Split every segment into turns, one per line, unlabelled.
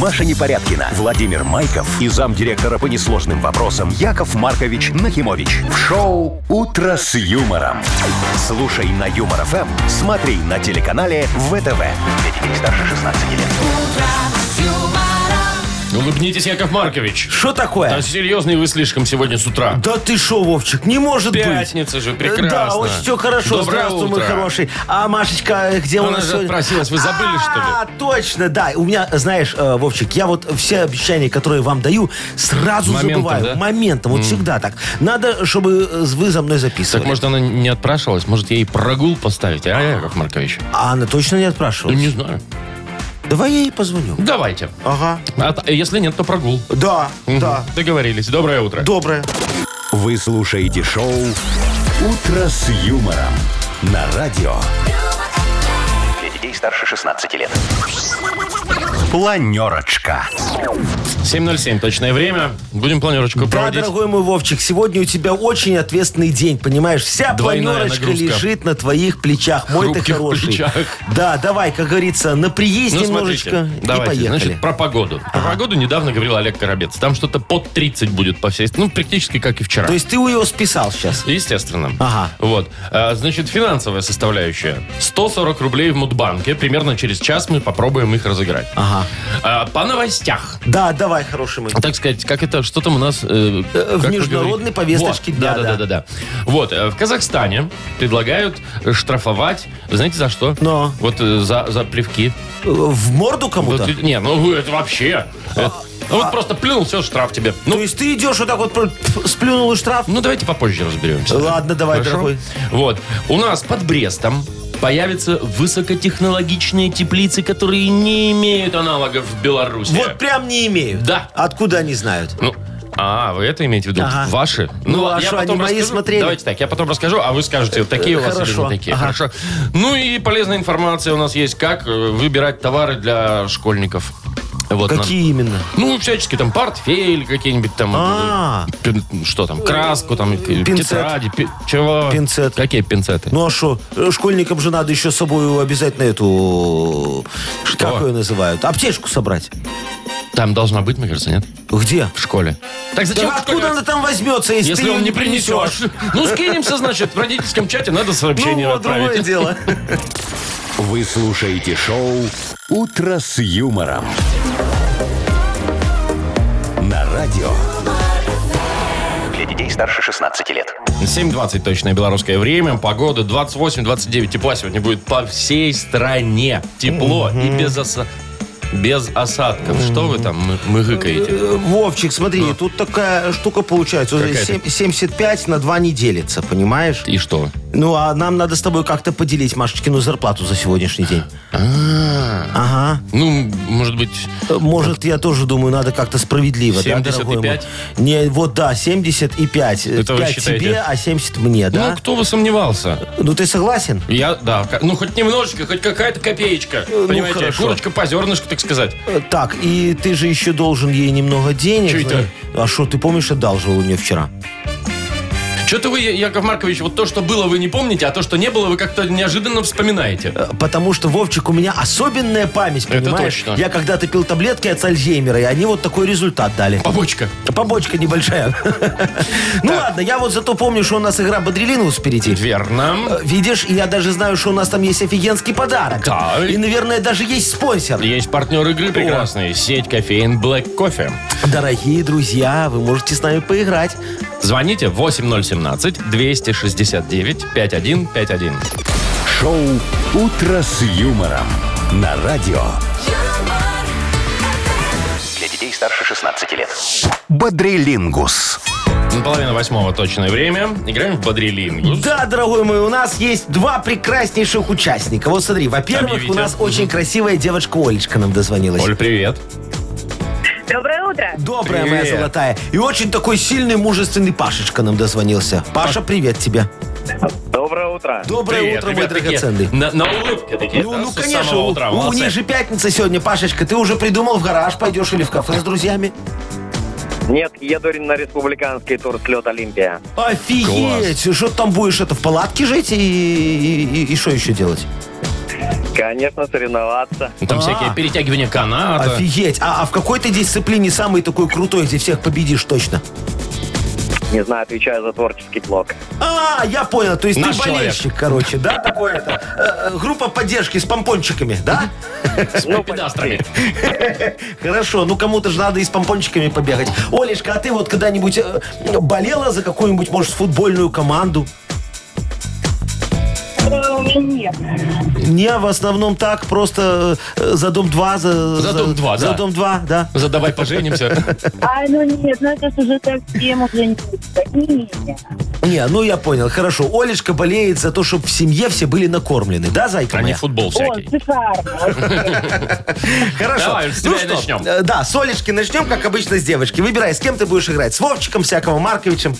Маша Непорядкина, Владимир Майков и замдиректора по несложным вопросам Яков Маркович Нахимович. В шоу «Утро с юмором». Слушай на Юмор ФМ, смотри на телеканале ВТВ. Для детей старше 16 лет.
Улыбнитесь, Ну, Яков Маркович.
Что такое?
Да серьезный вы слишком сегодня с утра.
Да ты шо, Вовчик, не может быть. Э,
Пятница же, прекрасно.
Да, вот все хорошо.
Доброе
Здравствуй, мой
утро.
хороший. А Машечка, где у
Она
нас
же
сегодня?
отпросилась, вы забыли, что ли?
А, точно, да. У меня, знаешь, э, Вовчик, я вот все обещания, которые вам даю, сразу
Моментом,
забываю.
да?
Моментом, вот всегда так. Надо, чтобы э, вы за мной записывали.
Так, может, она не отпрашивалась? Может, ей прогул поставить, а, Яков Маркович?
А она точно не
Ну,
отпрашивалась?
не знаю.
Давай я ей позвоню.
Давайте.
Ага.
А т- если нет, то прогул.
Да, да.
Договорились. Доброе утро.
Доброе.
Вы слушаете шоу «Утро с юмором» на радио. Для детей старше 16 лет. Планерочка.
7.07, точное время. Будем планерочку
Да,
проводить.
дорогой мой Вовчик, сегодня у тебя очень ответственный день, понимаешь? Вся
Двойная
планерочка
нагрузка.
лежит на твоих плечах. Мой ты
Хрупких
хороший.
плечах.
Да, давай, как говорится, наприезь
Ну, смотрите,
немножечко
давайте,
и поехали.
значит, про погоду. Про погоду недавно говорил Олег Коробец. Там что-то под 30 будет по всей... Ну, практически как и вчера.
То есть ты у него списал сейчас?
Естественно.
Ага.
Вот. А, Значит, финансовая составляющая. 140 рублей в Мудбанке. Примерно через час мы попробуем их разыграть.
Ага.
А, По новостях.
Да, давай, хороший мой.
Так сказать, как это, что там у нас... э,
Э, в
как вы
международной
говорите?
повесточке
Вот,
дня,
да, да, да, да, да. Вот, э, в Казахстане предлагают э, штрафовать, знаете, за что?
Но.
Вот э, за, за плевки.
Э, В морду
Вот,
кому-то?
э, не, ну это вообще...
А,
э, ну, вот просто плюнул, все, штраф тебе.
То
Ну,
есть ты идешь вот так вот, пр- пф, сплюнул и штраф?
ну давайте попозже разберемся.
Ладно, давай,
Хорошо?
дорогой.
Вот. У нас под Брестом появятся высокотехнологичные теплицы, которые не имеют аналогов в Беларуси.
Вот прям не имеют.
Э. Да.
Откуда они знают?
Ну, а, вы это имеете в виду?
Ага.
Ваши?
Ну, а
я
что,
потом
они мои
расскажу.
смотрели?
Давайте так, я потом расскажу, а вы скажете, вот такие у вас или
Хорошо.
не такие.
Ага.
Хорошо. Ну и полезная информация у нас есть, как э, выбирать товары для школьников. Вот нам.
Какие именно?
Ну, всячески там портфель какие-нибудь там.
А.
э, пин- Что там, краску там, э,
Пинцет.
тетради, пи- чего?
Пинцет.
Какие пинцеты?
Ну а что, школьникам же надо еще с собой обязательно эту...
Что?
Как ее называют? Аптечку собрать.
Там должна быть, мне кажется, нет?
Где?
В школе. Так
Да
зачем в школе?
откуда она там возьмется, если,
Если
ты её
он не принесешь. Ну, скинемся, значит, в родительском чате надо сообщение
Ну, вот другое
отправить.
дело.
Вы слушаете шоу «Утро с юмором». На радио. Для детей старше 16 лет.
7.20 точное белорусское время. Погода 28-29 тепла сегодня будет по всей стране. Тепло и без оса- Без осадков. Что вы там мы- мыгыкаете?
Э, Вовчик, смотри,
Ну.
тут такая штука получается. Вот
Какая
сем- 75 на 2 не делится, понимаешь?
И что?
Ну, а нам надо с тобой как-то поделить Машечкину зарплату за сегодняшний день.
А.
Ага.
Ну, может быть,
Э, Может, я тоже думаю, надо как-то справедливо.
75?
Да, дорогой мой? Не, вот да, 75.
Это вы
5
считаете?
тебе, а 70 мне, да?
ну кто бы сомневался?
Ну, ты согласен?
Я, да, ка- ну хоть немножечко, хоть какая-то копеечка.
ну,
Понимаете,
хорошо.
курочка по зернышку, так сказать.
Э, Так, и ты же еще должен ей немного денег.
Чё это?
знаешь. А что, ты помнишь, одалживал у нее вчера?
Что-то вы, Яков Маркович, вот то, что было, вы не помните, а то, что не было, вы как-то неожиданно вспоминаете.
Э, Потому что, Вовчик, у меня особенная память,
Это
понимаешь?
точно.
Я когда-то пил таблетки от Альцгеймера, и они вот такой результат дали.
Побочка.
Побочка небольшая. Ну ладно, я вот зато помню, что у нас игра Бодрилингус впереди.
Верно.
Э, Видишь, и я даже знаю, что у нас там есть офигенский подарок.
Да.
И, наверное, даже есть спонсор.
Есть партнер игры прекрасный. Сеть кофеин Black Кофе.
Дорогие друзья, вы можете с нами поиграть.
Звоните 8017-269-5151.
Шоу «Утро с юмором» на радио.
юмор,
Для детей старше 16 лет.
Бодрилингус.
Ну, Половина восьмого точное время. Играем в Бодрилингус.
Да, дорогой мой, у нас есть два прекраснейших участника. Вот смотри, во-первых,
Объявите.
у нас очень красивая девочка Олечка нам дозвонилась.
Оль, привет.
Доброе утро.
Добрая моя
Привет.
золотая. И очень такой сильный, мужественный Пашечка нам дозвонился. Паша, привет тебе.
Доброе утро.
Доброе
Привет,
утро, мой
ребят, такие
драгоценный.
На, на улыбке такие.
Ну,
да,
ну,
с
конечно,
самого
у,
утра.
у
Молодцы.
них же пятница сегодня, Пашечка. Ты уже придумал в гараж, пойдешь или в кафе с друзьями?
Нет, еду на республиканский тур «Слет Олимпия».
Офигеть! Что ты там будешь это в палатке жить и- и что еще делать?
Конечно, соревноваться.
Ну, Там
А.
всякие перетягивания каната.
Офигеть. А, а в какой ты дисциплине самый такой крутой, где всех победишь точно?
Не знаю, отвечаю за творческий блок.
А, я понял. То есть
Наш
ты
человек.
болельщик, короче, да? Такое-то. Э, э, группа поддержки с помпончиками, да?
С пидастрами.
Хорошо, ну кому-то же надо и с помпончиками побегать. Олечка, а ты вот когда-нибудь э, болела за какую-нибудь, может, футбольную команду?
Нет.
Не, в основном так, просто э, за Дом-2. За,
За Дом-два,
За
да.
Дом-2, да.
Задавай поженимся.
А, ну нет, ну это ж уже совсем уже не Нет.
Не, ну я понял, хорошо. Олечка болеет за то, чтобы в семье все были накормлены, да, зайка
А не
моя?
футбол
О,
всякий.
шикарно.
Хорошо.
Давай, с тебя и начнем.
э, Да, с Олечки начнем, как обычно, с девочки. Выбирай, с кем ты будешь играть. С Вовчиком, всякого Марковичем.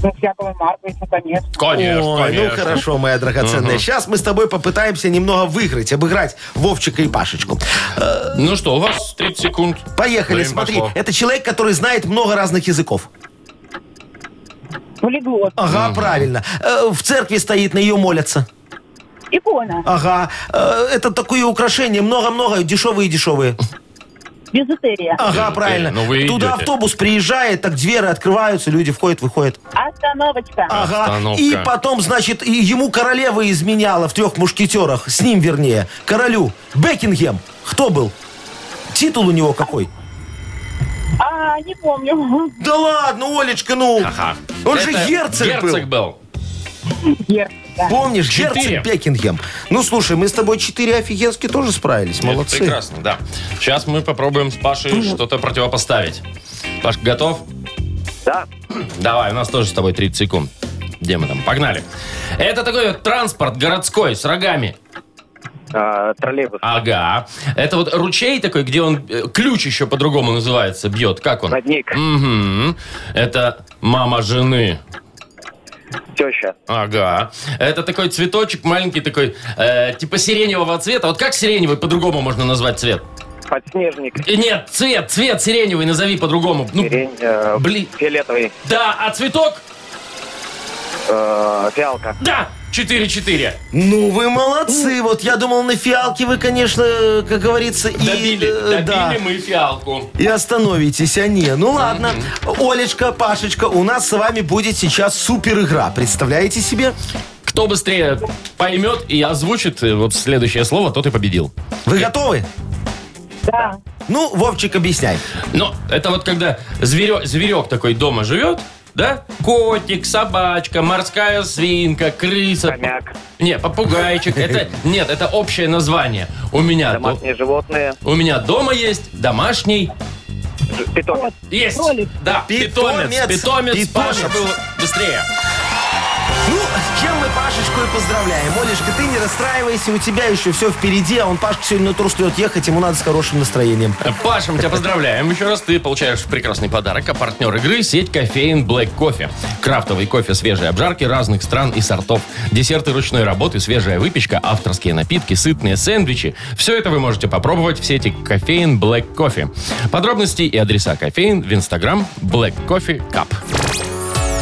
Ну, всякого Марковича, конечно.
Конечно,
Ой, ну
конечно.
хорошо, моя драгоценная. Сейчас мы с тобой попытаемся немного выиграть, обыграть Вовчика и Пашечку. Э,
Ну что, у вас 30 секунд.
Поехали,
Время
смотри.
пошло.
Это человек, который знает много разных языков.
Полиглот.
Ага, правильно. Э, В церкви стоит, на ее молятся.
Икона.
Ага. Э, Это такое украшение, много-много, дешевые-дешевые.
Бижутерия.
Ага, правильно.
ну вы
Туда
идете.
автобус приезжает, так двери открываются, люди входят, выходят.
Остановочка.
Ага.
Остановка.
И потом, значит, и ему королева изменяла в трех мушкетерах, с ним вернее, королю. Бекингем. Кто был? Титул у него какой?
А, не помню.
Да ладно, Олечка, ну.
Ага.
Он
Это
же герцог, был.
Герцог был.
Герцога.
Помнишь,
Четыре.
герцог Бекингем. Ну, слушай, мы с тобой четыре офигенски тоже справились.
Это
Молодцы.
прекрасно, да. Сейчас мы попробуем с Пашей что-то противопоставить. Паш, готов?
Да,
Давай, у нас тоже с тобой 30 секунд. Где мы там? Погнали. Это такой вот транспорт городской с рогами.
а, троллейбус.
Ага. Это вот ручей такой, где он э, ключ еще по-другому называется, бьет. Как он?
Родник,
Угу. Это мама жены.
теща.
Ага. Это такой цветочек маленький такой, э, типа сиреневого цвета. Вот как сиреневый по-другому можно назвать цвет?
Подснежник.
Э, Нет, цвет, цвет сиреневый назови по-другому. Ну,
Сирень, э,
блин.
фиолетовый,
Да, а цветок?
э, фиалка.
Да, 4-4.
Ну, вы молодцы. Вот я думал, на фиалке вы, конечно, э, как говорится,
Добили,
и... э,
добили
да.
мы фиалку.
И остановитесь, а не. Ну ладно. Олечка, Пашечка, у нас с вами будет сейчас супер игра. Представляете себе?
Кто быстрее поймет и озвучит э, вот следующее слово, тот и победил.
Вы готовы?
Да.
Ну, Вовчик, объясняй.
Но это вот когда зверё- зверек такой дома живет, да? Котик, собачка, морская свинка, крыса.
Хомяк.
Не, попугайчик. Это, нет, это общее название. У меня, до-
Домашние животные.
у меня дома есть домашний.
ж- Питомец.
Есть.
Кролик.
Да, питомец.
Питомец.
Питомец. Паша
Питомец.
был быстрее.
Ну, с чем мы Пашечку и поздравляем. Олечка, ты не расстраивайся, у тебя еще все впереди, а он Пашка сегодня на тур стоит ехать, ему надо с хорошим настроением.
Паша, мы тебя поздравляем еще раз. Ты получаешь прекрасный подарок. А партнер игры – сеть кофеин Black Кофе. Крафтовый кофе свежей обжарки разных стран и сортов. Десерты ручной работы, свежая выпечка, авторские напитки, сытные сэндвичи. Все это вы можете попробовать в сети кофеин Black Кофе. Подробности и адреса кофеин в инстаграм Black Coffee Cup.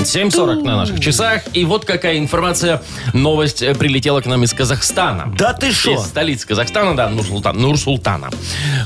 7.40 на наших часах. И вот какая информация, новость э, прилетела к нам из Казахстана.
Да ты шо?
Из столицы Казахстана, да, Нурсултан, Нурсултана.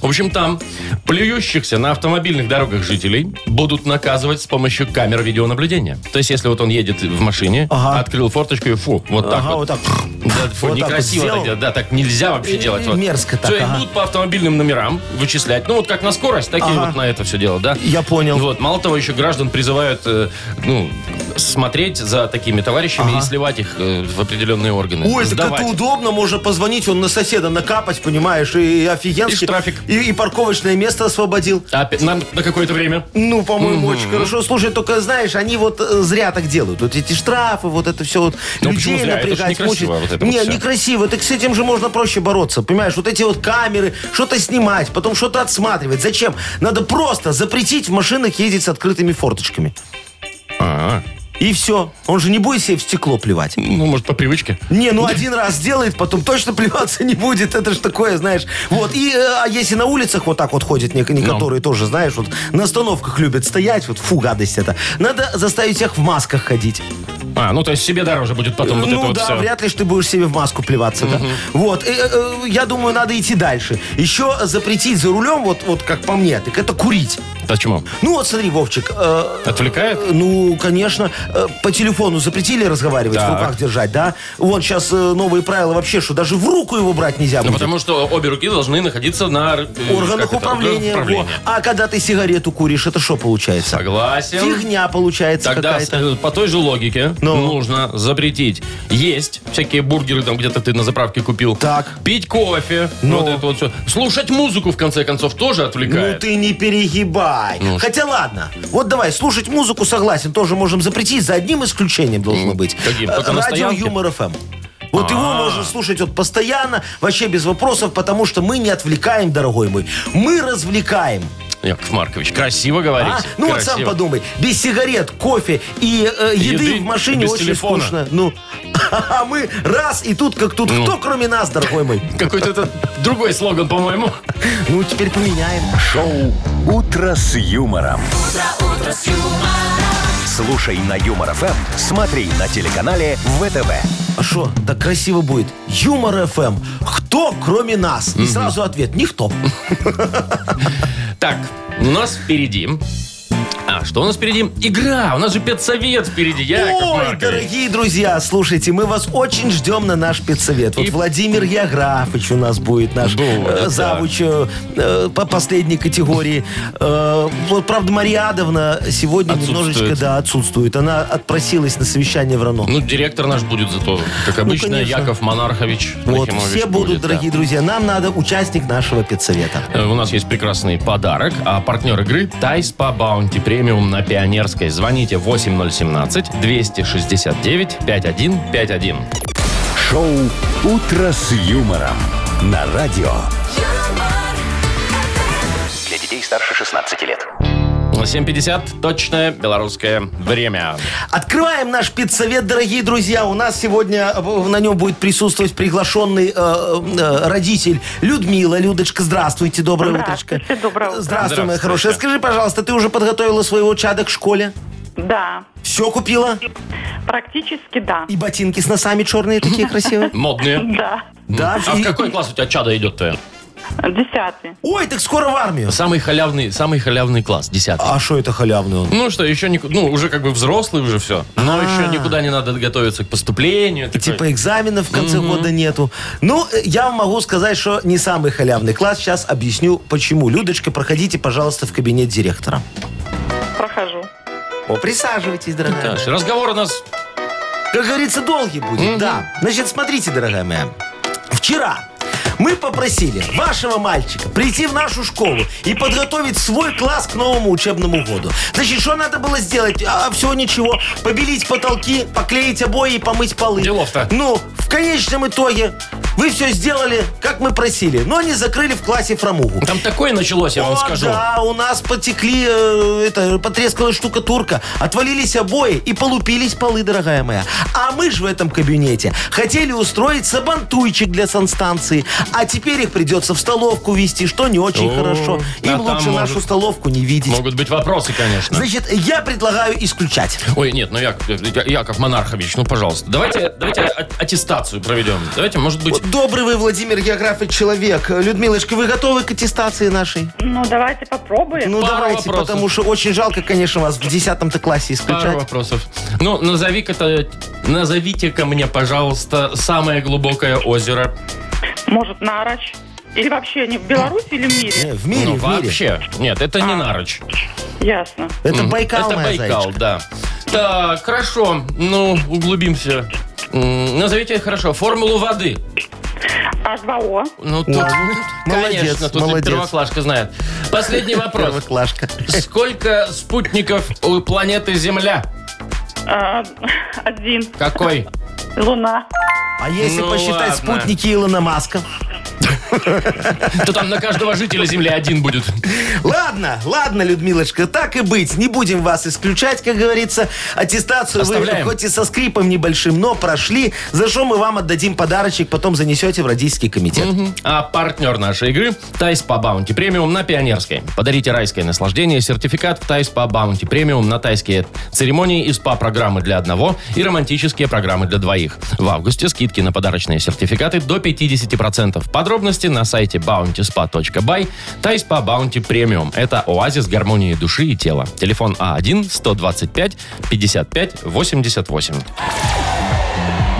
В общем, там плюющихся на автомобильных дорогах жителей будут наказывать с помощью камер видеонаблюдения. То есть, если вот он едет в машине,
Ага.
открыл форточку и фу, вот так
Ага,
вот.
вот так.
Да, фу,
Вот так
некрасиво
сделал. Ну,
так делать. Да, так нельзя вообще делать. Вот.
мерзко так,
Всё, и
ага.
будут по автомобильным номерам вычислять. Ну, вот как на скорость, так и
Ага.
вот на это все дело, да?
Я понял.
Вот, мало того, еще граждан призывают э, ну, смотреть за такими товарищами и сливать их э, в определенные органы.
Ой, так
Сдавать.
это удобно, можно позвонить, он на соседа накапать, понимаешь, и офигенски.
И штрафик.
И, и парковочное место освободил.
А пи- на, на какое-то время.
Ну, по-моему, очень хорошо. Слушай, только знаешь, они вот э, зря так делают. Вот эти штрафы, вот это все вот
Ну, почему
людей
зря? Это ж
напрягать,
некрасиво,
мучить.
вот это
не,
вот всё.
некрасиво. Так с этим же можно проще бороться. Понимаешь, вот эти вот камеры, что-то снимать, потом что-то отсматривать. Зачем? Надо просто запретить в машинах ездить с открытыми форточками.
А,
И все. Он же не будет себе в стекло плевать.
Ну, может, по привычке.
Не, ну один раз сделает, потом точно плеваться не будет. Это ж такое, знаешь. Вот. И э, а если на улицах вот так вот ходят, не- не
Ну.
которые тоже, знаешь, вот на остановках любят стоять, вот фу, гадость это. Надо заставить всех в масках ходить.
А, ну то есть себе дороже будет потом вот
ну
это вот
да,
все.
вряд ли ж ты будешь себе в маску плеваться, да. Вот, э, э, я думаю, надо идти дальше. Еще запретить за рулем, вот, вот как по мне, так это курить.
Почему?
Ну вот смотри, Вовчик,
А
э,
Отвлекает?
ну, конечно, э, по телефону запретили разговаривать,
Так.
в руках держать, да? Вон сейчас новые правила вообще, что даже в руку его брать нельзя
Ну
будет.
потому что обе руки должны находиться на... э,
Органах
как это,
управления.
органах управления.
во. А когда ты сигарету куришь, это что получается?
Согласен.
Фигня получается
Тогда
какая-то.
э, по той же логике
Ну.
нужно запретить есть всякие бургеры, там где-то ты на заправке купил.
Так.
Пить кофе.
Ну.
Вот это вот все. Слушать музыку, в конце концов, тоже
Ну
отвлекает.
ты не перегибай.
Ну.
Хотя ладно. Вот давай, слушать музыку согласен, тоже можем запретить. За одним исключением должно быть.
каким?
Э,
Только на
Радио
стоянке? А.
Юмор ФМ. Вот его можно слушать вот постоянно, вообще без вопросов, потому что мы не отвлекаем, дорогой мой. Мы развлекаем.
Яков Маркович, красиво говорите.
а? Ну вот сам
красиво.
подумай. Без сигарет, кофе и э, еды,
Еды
в машине
без
очень
телефона.
скучно. Ну, а мы раз и тут как тут.
Ну.
Кто кроме нас, дорогой мой?
Какой-то это другой слоган, по-моему.
Ну, теперь поменяем.
Шоу «Утро с юмором». Слушай на Юмор ФМ, смотри на телеканале ВТВ.
А что, так красиво будет. Юмор ФМ. Кто, кроме нас? И сразу ответ. Никто.
Так, у нас впереди... А, что у нас впереди? Игра! У нас же педсовет впереди, Яков
Ой,
Маркович.
дорогие друзья, слушайте, мы вас очень ждем на наш спецсовет. Вот
И-
Владимир Яграфович у нас будет наш
Будет,
э,
да.
завуч э, э, по последней категории. Э, вот, правда, Мария Адовна сегодня
Отсутствует.
немножечко да, отсутствует. Она отпросилась на совещание в РАНО.
Ну, директор наш будет зато, как обычно,
Ну, конечно.
Яков Монархович.
вот,
Нахимович
все будут,
будет, да.
дорогие друзья. Нам надо участник нашего педсовета.
Э, У нас есть прекрасный подарок, а партнер игры Тайс по Баунти Премиум на Пионерской. Звоните 8017-269-5151.
Шоу «Утро с юмором» на радио.
Для детей старше 16 лет.
7.50, точное белорусское время.
Открываем наш спецсовет, дорогие друзья. У нас сегодня э, на нем будет присутствовать приглашенный э, э, родитель Людмила. Людочка, здравствуйте, доброе утречко.
Здравствуйте, доброе утро.
Здравствуй, моя
Здравствуйте.
хорошая. Скажи, пожалуйста, ты уже подготовила своего чада к школе?
Да,
Все купила?
практически да.
И ботинки с носами черные такие красивые?
Модные.
Да,
Да.
А в
и-
какой класс у тебя чада идет-то?
десятый.
Ой, так скоро в армию.
Самый халявный, самый халявный класс, десятый.
А что это халявный он?
Ну что, еще никуда, ну уже как бы взрослый уже все, но еще никуда не надо готовиться к поступлению.
И
такой.
А. Типа экзаменов в конце года нету. Ну, э, я вам могу сказать, что не самый халявный класс. Сейчас объясню, почему. Людочка, проходите, пожалуйста, в кабинет директора.
Прохожу.
О, присаживайтесь, дорогая.
Дальше. Разговор у нас
Как говорится, долгий будет, да. Значит, смотрите, дорогая моя. Вчера мы попросили вашего мальчика прийти в нашу школу и подготовить свой класс к новому учебному году. Значит, что надо было сделать? А, всего ничего. Побелить потолки, поклеить обои и помыть полы.
Делов-то.
Ну, в конечном итоге вы все сделали, как мы просили, но не закрыли в классе фрамугу.
там такое началось, я вам
О,
скажу.
да, у нас потекли, э, это, потрескалась штукатурка, отвалились обои и полупились полы, дорогая моя. А мы же в этом кабинете хотели устроить сабантуйчик для санстанции, а теперь их придется в столовку вести, что не очень
О,
хорошо.
да
Им
там
лучше
может-
нашу столовку не видеть.
Могут быть вопросы, конечно.
Значит, я предлагаю исключать.
Ой, нет, ну Яков, Яков Монархович, ну пожалуйста, давайте, давайте а- аттестацию проведем. Давайте, может быть,
Вот Добрый вы, Владимир, географ и человек. Людмилочка, вы готовы к аттестации нашей?
Ну, давайте попробуем.
Ну,
Э, Пару
давайте,
вопросов.
потому что очень жалко, конечно, вас в 10 классе
пару
исключать.
вопросов. Ну, назови ка назовите ко мне, пожалуйста, самое глубокое озеро.
Может, Нарач? Или вообще не в Беларуси или в
Не,
мире?
Э, в мире,
ну,
в мире.
вообще. Нет, это не Нарыч.
Ясно.
Это Байкал,
это
моя
Байкал,
зайчка.
да. Так, хорошо, ну, углубимся. М, Назовите, хорошо, формулу воды.
H2O.
Ну, тут,
О,
ну, тут,
молодец,
конечно, тут
молодец.
первоклашка знает. Последний вопрос.
Первоклашка.
Сколько спутников у планеты Земля?
А, Один.
Какой?
Луна.
А если
Ну
посчитать
ладно.
спутники Илона Маска?
То там на каждого жителя земли один будет.
Ладно, ладно, Людмилочка, так и быть. Не будем вас исключать, как говорится. Аттестацию вы
Оставляем.
хоть и со скрипом небольшим, но прошли, за что мы вам отдадим подарочек, потом занесете в родительский комитет.
А партнер нашей игры – Тайс по Баунти Премиум на Пионерской. Подарите райское наслаждение, сертификат в Тайс по Баунти Премиум на тайские церемонии и СПА-программы для одного и романтические программы для двоих. В августе скидки на подарочные сертификаты до 50%. Подробности на сайте bountyspa.by Тайс по Баунти Премиум. Это оазис гармонии души и тела. Телефон А А1-125-55-88.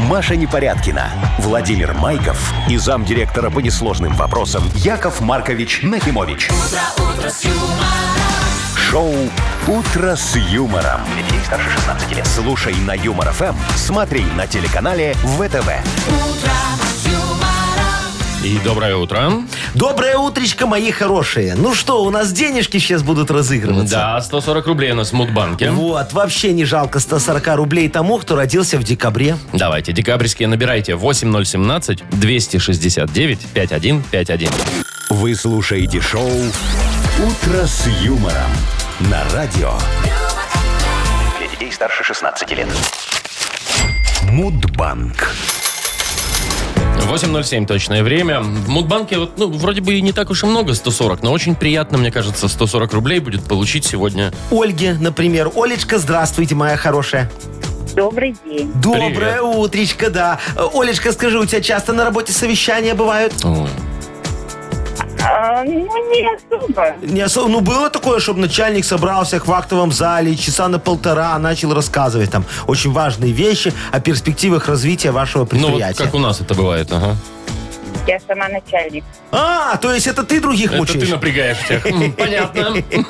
Маша Непорядкина, Владимир Майков и замдиректора по несложным вопросам Яков Маркович Нахимович. Шоу Утро с юмором. Для детей старше 16 лет. Слушай на юмор ФМ, смотри на телеканале ВТВ.
И доброе утро.
Доброе утречко, мои хорошие. Ну что, у нас денежки сейчас будут разыгрываться.
Да, 140 рублей у нас в Мудбанке.
Вот, вообще не жалко 140 рублей тому, кто родился в декабре.
Давайте, декабрьские набирайте 8017-269-5151.
Вы слушаете шоу Утро с юмором на радио
Для детей старше 16 лет.
Мудбанк.
8.07 точное время. В Мудбанке, вот, ну, вроде бы и не так уж и много 140, но очень приятно, мне кажется, 140 рублей будет получить сегодня.
Ольге, например. Олечка, здравствуйте, моя хорошая.
Добрый день.
Доброе утречко, да. Э, Олечка, скажи, у тебя часто на работе совещания бывают?
Ой.
А, ну, не особо.
Не особо, ну было такое, чтобы начальник собрался к в актовом зале часа на полтора начал рассказывать там очень важные вещи о перспективах развития вашего
Ну, вот
предприятия.
как у нас это бывает, ага.
Я сама начальник.
А, то есть это ты других
Это ты
мучаешь?
напрягаешь всех. М, Понятно.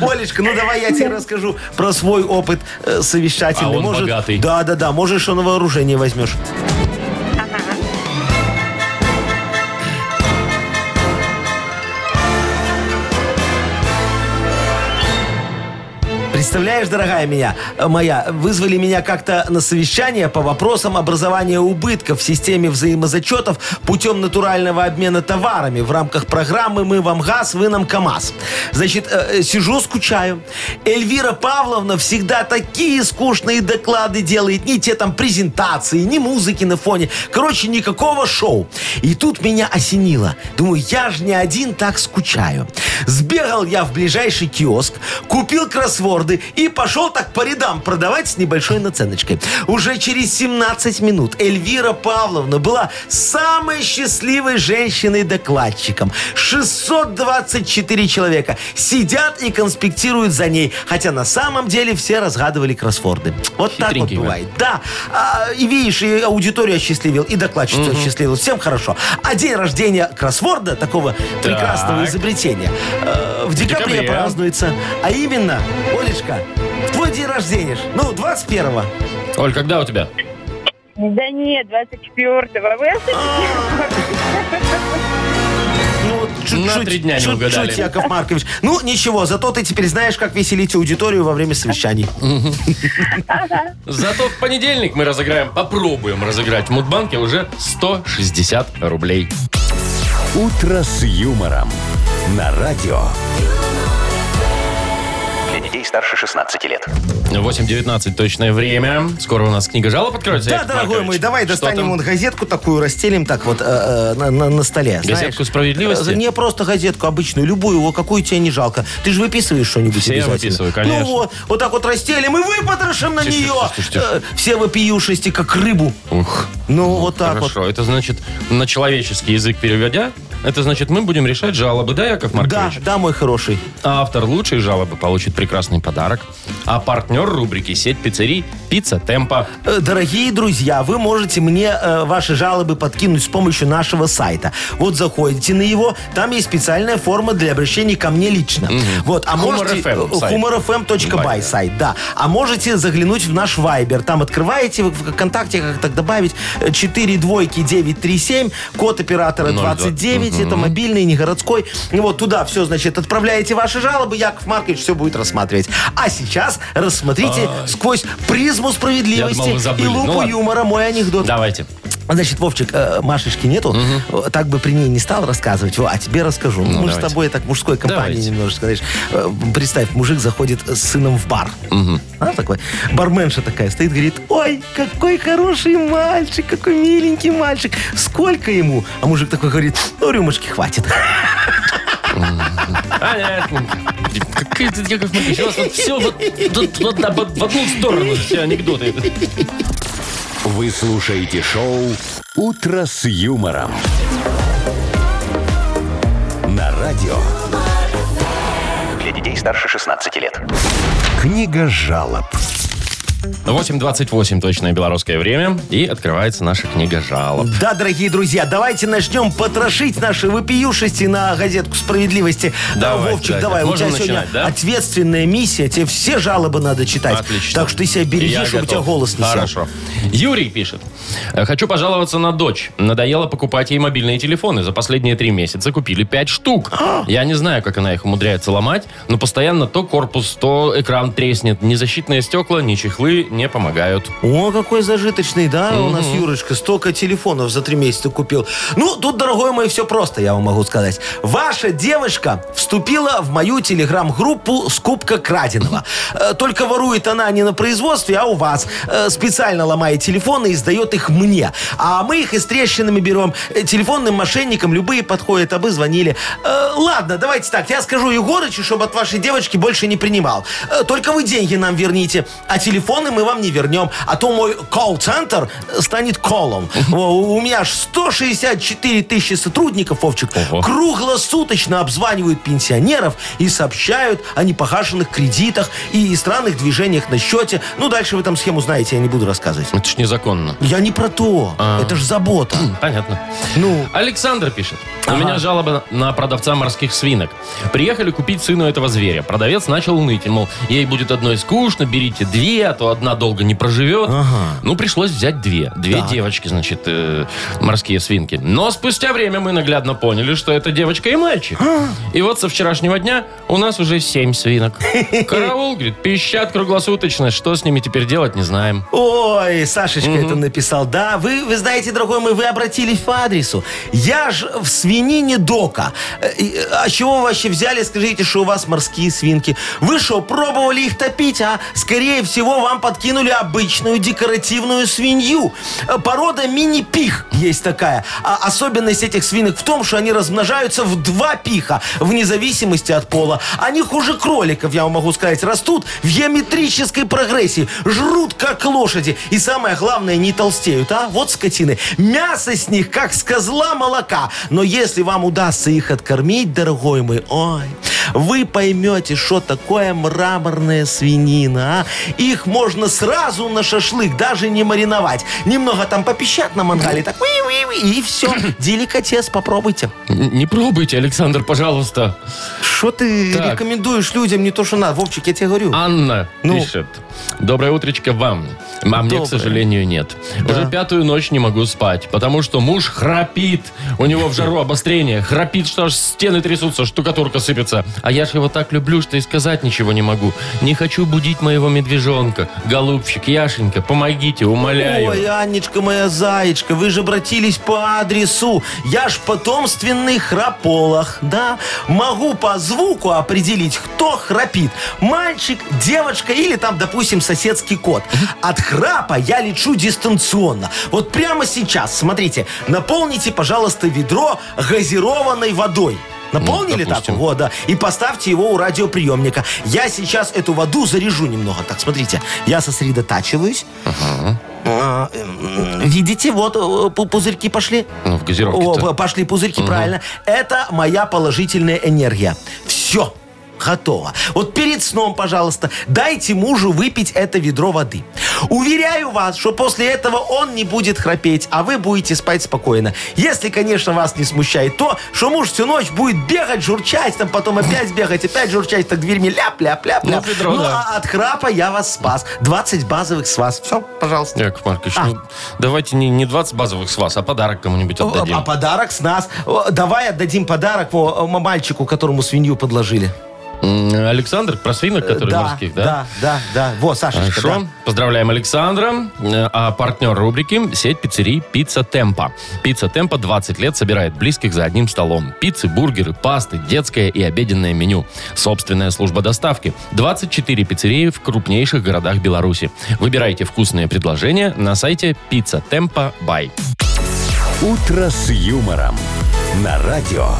Олечка, ну давай я тебе расскажу про свой опыт э, совещательный.
А он богатый.
Да, да, да, можешь что на вооружение возьмешь. Представляешь, дорогая меня, э, моя, вызвали меня как-то на совещание по вопросам образования убытков в системе взаимозачетов путем натурального обмена товарами в рамках программы «Мы вам газ, вы нам КамАЗ». Значит, э, э, сижу, скучаю. Эльвира Павловна всегда такие скучные доклады делает. Ни те там презентации, ни музыки на фоне. Короче, никакого шоу. И тут меня осенило. Думаю, я же не один так скучаю. Сбегал я в ближайший киоск, купил кроссворды и пошел так по рядам продавать с небольшой наценочкой. Уже через 17 минут Эльвира Павловна была самой счастливой женщиной-докладчиком. 624 человека сидят и конспектируют за ней, хотя на самом деле все разгадывали кроссворды. Вот так вот
Хитренький вы.
бывает. Да, а, и видишь, и аудиторию осчастливил, и докладчицу осчастливил. Всем хорошо. А день рождения кроссворда, такого прекрасного изобретения, э, в декабре,
декабре.
празднуется. А именно, Олечка, в твой день рождения, ж, ну, 21-го.
Оль, когда у тебя?
Да нет, 24-го. Вы
Ну, вот чуть-
На
чуть-
три дня не
чуть-
угадали.
чуть, Яков Маркович. Ну, ничего, зато ты теперь знаешь, как веселить аудиторию во время совещаний.
Зато в понедельник мы разыграем, попробуем разыграть в Мудбанке уже 160 рублей.
Утро с юмором на радио.
Для детей старше 16 лет.
8.19 точное время. Скоро у нас книга жалоб откроется.
Да,
Яков
дорогой
Маркович.
мой, давай
Что
достанем
там?
вон газетку такую, расстелим так вот э, э, на, на- на столе. знаешь.
Газетку справедливости?
Э, Не просто газетку обычную, любую, о, какую тебе не жалко. Ты же выписываешь что-нибудь
Все я
обязательно.
выписываю, конечно.
Ну вот, вот так вот расстелим и выпотрошим на
Тише,
нее
тише, тише,
э, все вопиюшести, как рыбу.
Ух,
Ну, вот так
хорошо. Это значит, на человеческий язык переводя, это значит, мы будем решать жалобы, да, Яков
вот. Да,
Маркович?
да, мой хороший.
А автор лучшей жалобы получит прекрасный подарок. А партнер рубрики «Сеть пиццерий» «Пицца Темпа».
Э, Дорогие друзья, вы можете мне э, ваши жалобы подкинуть с помощью нашего сайта. Вот заходите на его, там есть специальная форма для обращения ко мне лично. Вот,
Humor
а можете
FM сайт.
humorfm.by сайт, да. А можете заглянуть в наш Viber. Там открываете в э, ВКонтакте, как так добавить, 4 двойки 937, код оператора
Ноль два.
29, видите, это мобильный, не городской. Ну вот туда все, значит, отправляете ваши жалобы, Яков Маркович все будет рассматривать. А сейчас рассмотрите сквозь призму
Я думал, вы
справедливости
забыли.
и
Ну
лупу
ладно.
юмора мой анекдот.
Давайте.
Значит, Вовчик, э, Машечки нету, э, так бы при ней не стал рассказывать, Во, а тебе расскажу. Мы же с
Ну, давайте.
тобой так мужской компании
Давайте.
немножечко, знаешь. Э, Представь, мужик заходит с сыном в бар. А, такой. Барменша такая стоит, говорит, ой, какой хороший мальчик, какой миленький мальчик, сколько ему? А мужик такой говорит, ну, рюмочки хватит.
Понятно. Какая ты, Яков Маркович, у вас вот все вот, вот- вот- да, вот- в одну сторону все анекдоты.
Вы слушаете шоу «Утро с юмором». На радио
Для детей старше 16 лет.
«Книга жалоб».
8.28 точное белорусское время. И открывается наша книга жалоб.
Да, дорогие друзья, давайте начнем потрошить наши вопиюшести на газетку справедливости.
Давай,
Э, Вовчик,
Яков,
давай, у
можем
тебя сегодня
начинать, да?
ответственная миссия, тебе все жалобы надо читать.
Отлично.
Так что ты себя береги,
Я
чтобы у тебя
готов.
голос не сел.
Хорошо. Юрий пишет. «Э, Хочу пожаловаться на дочь. Надоело покупать ей мобильные телефоны. За последние три месяца купили пять штук. Я не знаю, как она их умудряется ломать, но постоянно то корпус, то экран треснет. Ни защитные стекла, ни чехлы не помогают.
О, какой зажиточный, да, у нас Юрочка. Столько телефонов за три месяца купил. Ну, тут, дорогой мой, все просто, я вам могу сказать. Ваша девушка вступила в мою телеграм-группу «Скупка краденого». Э, Только ворует она не на производстве, а у вас. Э, Специально ломает телефоны и сдает их мне. А мы их и с трещинами берем. Э, Телефонным мошенникам любые подходят, а вы звонили. Э, Ладно, давайте так, я скажу Егорычу, чтобы от вашей девочки больше не принимал. Э, Только вы деньги нам верните, а телефоны мы вам не вернем. А то мой колл-центр э, станет колом. Во, У у меня аж 164 тысячи сотрудников, Вовчик,
Ого.
круглосуточно обзванивают пенсионеров и сообщают о непогашенных кредитах и странных движениях на счете. Ну, дальше вы там схему знаете, я не буду рассказывать.
Это ж незаконно.
Я не про то. Это ж забота.
Понятно.
Ну,
Александр пишет. У
Ага.
меня жалоба на продавца морских свинок. Приехали купить сыну этого зверя. Продавец начал ныть, мол, ей будет одной скучно, берите две, а то одна долго не проживет. Ну, пришлось взять две. Две девочки, значит, э, морские свинки. Но спустя время мы наглядно поняли, что это девочка и мальчик. И вот со вчерашнего дня у нас уже семь свинок. Караул, говорит, пищат круглосуточно. Что с ними теперь делать, не знаем.
Ой, Сашечка это написал. Да, вы, вы знаете, дорогой мой, вы обратились по адресу. Я ж в свинине дока. Э, и, э, А чего вы вообще взяли, скажите, что у вас морские свинки? Вы что, пробовали их топить, а? Скорее всего, вам подкинули обычную декоративную свинью. Э, Порода мини-пих есть такая. А особенность этих свинок в том, что они размножаются в два пиха, вне зависимости от пола. Они хуже кроликов, я вам могу сказать, растут в геометрической прогрессии, жрут как лошади. И самое главное, не толстеют, а? Вот скотины. Мясо с них, как с козла молока. Но если вам удастся их откормить, дорогой мой, ой, вы поймете, что такое мраморная свинина, а? Их можно сразу на шашлык, даже не мариновать. Немного там попищат на мангале, так уи-уи-уи, и все. Деликатес попробуйте.
Н- Не пробуйте, Александр, пожалуйста.
Что ты
Так.
рекомендуешь людям не то, что надо? Вовчик, я тебе говорю.
Анна
Ну.
пишет. Доброе утречко вам. А мне, к
Доброе.
сожалению, нет. Уже пятую ночь не могу спать, потому что муж храпит. У него в жару обострение. Храпит, что аж стены трясутся, штукатурка сыпется. А я ж его так люблю, что и сказать ничего не могу. Не хочу будить моего медвежонка. Голубчик, Яшенька, помогите, умоляю.
Ой, Анечка моя зайчка, вы же обратились по адресу. Я ж потомственный храполох, да? Могу по звуку определить, кто храпит. Мальчик, девочка или там, допустим, соседский кот. От храпа я лечу дистанционно. Вот прямо сейчас, смотрите, наполните, пожалуйста, ведро газированной водой. Наполнили так?
Ну, допустим.
Вот, да. И поставьте его у радиоприемника. Я сейчас эту воду заряжу немного. Так, смотрите, я сосредотачиваюсь. А, м, Видите, вот э, пу- пузырьки пошли.
Ну, в газировке-то.
О, п- пошли пузырьки, правильно. Это моя положительная энергия. Все. готово. Вот перед сном, пожалуйста, дайте мужу выпить это ведро воды. Уверяю вас, что после этого он не будет храпеть, а вы будете спать спокойно. Если, конечно, вас не смущает то, что муж всю ночь будет бегать, журчать, там потом опять бегать, опять журчать, так дверьми ляп-ляп-ляп.
Ну, ведро,
ну
да.
а от храпа я вас спас. 20 базовых с вас. Все, пожалуйста.
Яков Маркович, ну, давайте не, не 20 базовых с вас, а подарок кому-нибудь отдадим.
А подарок с нас. О, Давай отдадим подарок о, о, мальчику, которому свинью подложили.
М, Александр, про свинок, который морских, да?
Э, Да, да, да. Во, Сашечка,
Хорошо. Поздравляем Александра. Э, А партнер рубрики – сеть пиццерий «Пицца Темпа». «Пицца Темпа» 20 лет собирает близких за одним столом. Пиццы, бургеры, пасты, детское и обеденное меню. Собственная служба доставки. 24 пиццерии в крупнейших городах Беларуси. Выбирайте вкусные предложения на сайте «Пицца Темпа Бай».
«Утро с юмором» на радио.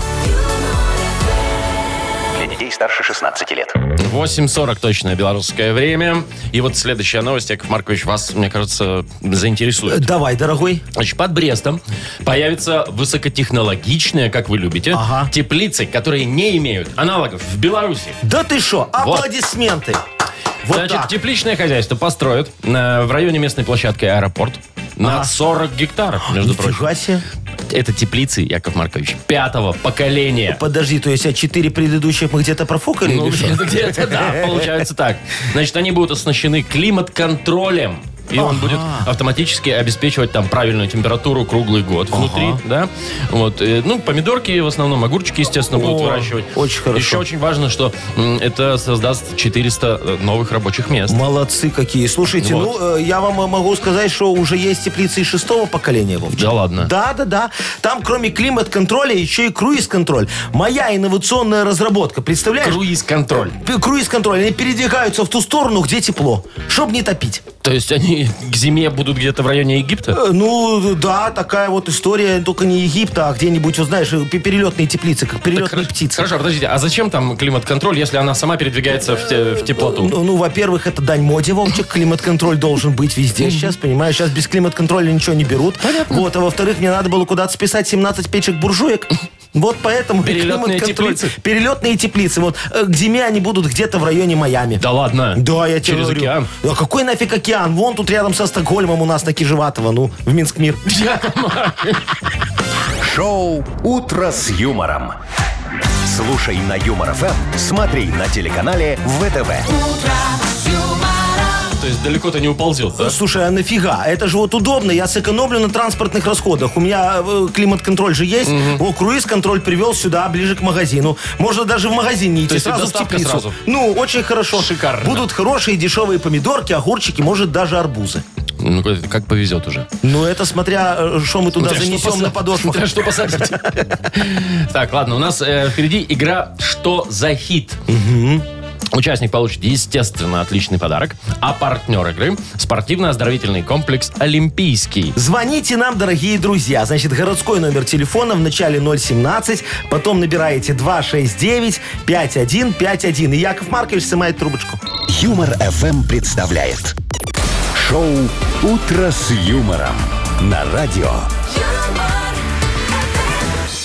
Для детей старше 16 лет.
8.40 точное белорусское время. И вот следующая новость, Яков Маркович, вас, мне кажется,
да. Э,
заинтересует.
Давай, дорогой.
Значит, под Брестом появится высокотехнологичная, как вы любите,
Ага.
теплицы, которые не имеют аналогов в Беларуси.
Да ты шо,
Вот.
аплодисменты. Вот
Значит,
так.
тепличное хозяйство построят на- в районе местной площадки аэропорт на 40 гектаров, между прочим.
Нифига себе.
Это теплицы, Яков Маркович, пятого поколения.
Подожди, то есть, а четыре предыдущих мы где-то профукали
Ну,
или что?
где-то, где-то, да, получается так. Значит, они будут оснащены климат-контролем. И он будет автоматически обеспечивать там правильную температуру круглый год внутри, да. Вот, э, ну, помидорки в основном, огурчики, естественно, будут
О,
выращивать.
очень хорошо.
Еще очень важно, что м, это создаст 400 э, новых рабочих мест.
Молодцы какие. Слушайте,
Вот.
ну, э, я вам э, могу сказать, что уже есть теплицы и шестого поколения, Вовчик.
Да ладно?
Да, да, да. Там, кроме климат-контроля, еще и круиз-контроль. Моя инновационная разработка. Представляешь?
Круиз-контроль.
П- Круиз-контроль. Они передвигаются в ту сторону, где тепло, чтобы не топить.
То есть они к зиме будут где-то в районе Египта?
Э, Ну, да, такая вот история, только не Египта, а где-нибудь, вот знаешь, э, перелетные теплицы, как перелетные птицы.
Хорошо, подождите, а зачем там климат-контроль, если она сама передвигается в, те- в теплоту?
Ну, ну, во-первых, это дань моде, Вовчик. Климат-контроль должен быть везде сейчас, понимаешь? Сейчас без климат-контроля ничего не берут. Вот, а во-вторых, мне надо было куда-то списать 17 печек-буржуек. Вот поэтому и
Перелетные
климат-контроль.
теплицы.
Перелетные теплицы. Вот э, к зиме они будут где-то в районе Майами.
Да ладно.
Да, я тебе
Через
говорю.
океан.
А какой нафиг океан? Вон тут рядом со Стокгольмом у нас на Кижеватова, ну, в Минск мир.
Шоу «Утро с юмором». Слушай на Юмор ФМ, смотри на телеканале ВТВ.
То есть далеко ты не уползет, да?
Слушай, а нафига? Это же вот удобно. Я сэкономлю на транспортных расходах. У меня э, климат-контроль же есть. О, круиз-контроль привел сюда, ближе к магазину. Можно даже в магазин не идти,
То есть и
сразу в
доставка
теплицу.
сразу?
Ну, очень хорошо.
Шикарно.
Будут хорошие дешевые помидорки, огурчики, может, даже арбузы.
Ну, как- как повезет уже.
Но это смотря, э, что мы туда
Смотря что
занесем
поса-
на подошву.
смотря что посадить. Так, ладно, у нас э, впереди игра «Что за хит?». Участник получит, естественно, отличный подарок, а партнер игры – спортивно-оздоровительный комплекс «Олимпийский».
Звоните нам, дорогие друзья. Значит, городской номер телефона в начале 017, потом набираете 269-5151. И Яков Маркович снимает трубочку.
Юмор ФМ представляет шоу Утро с юмором на радио.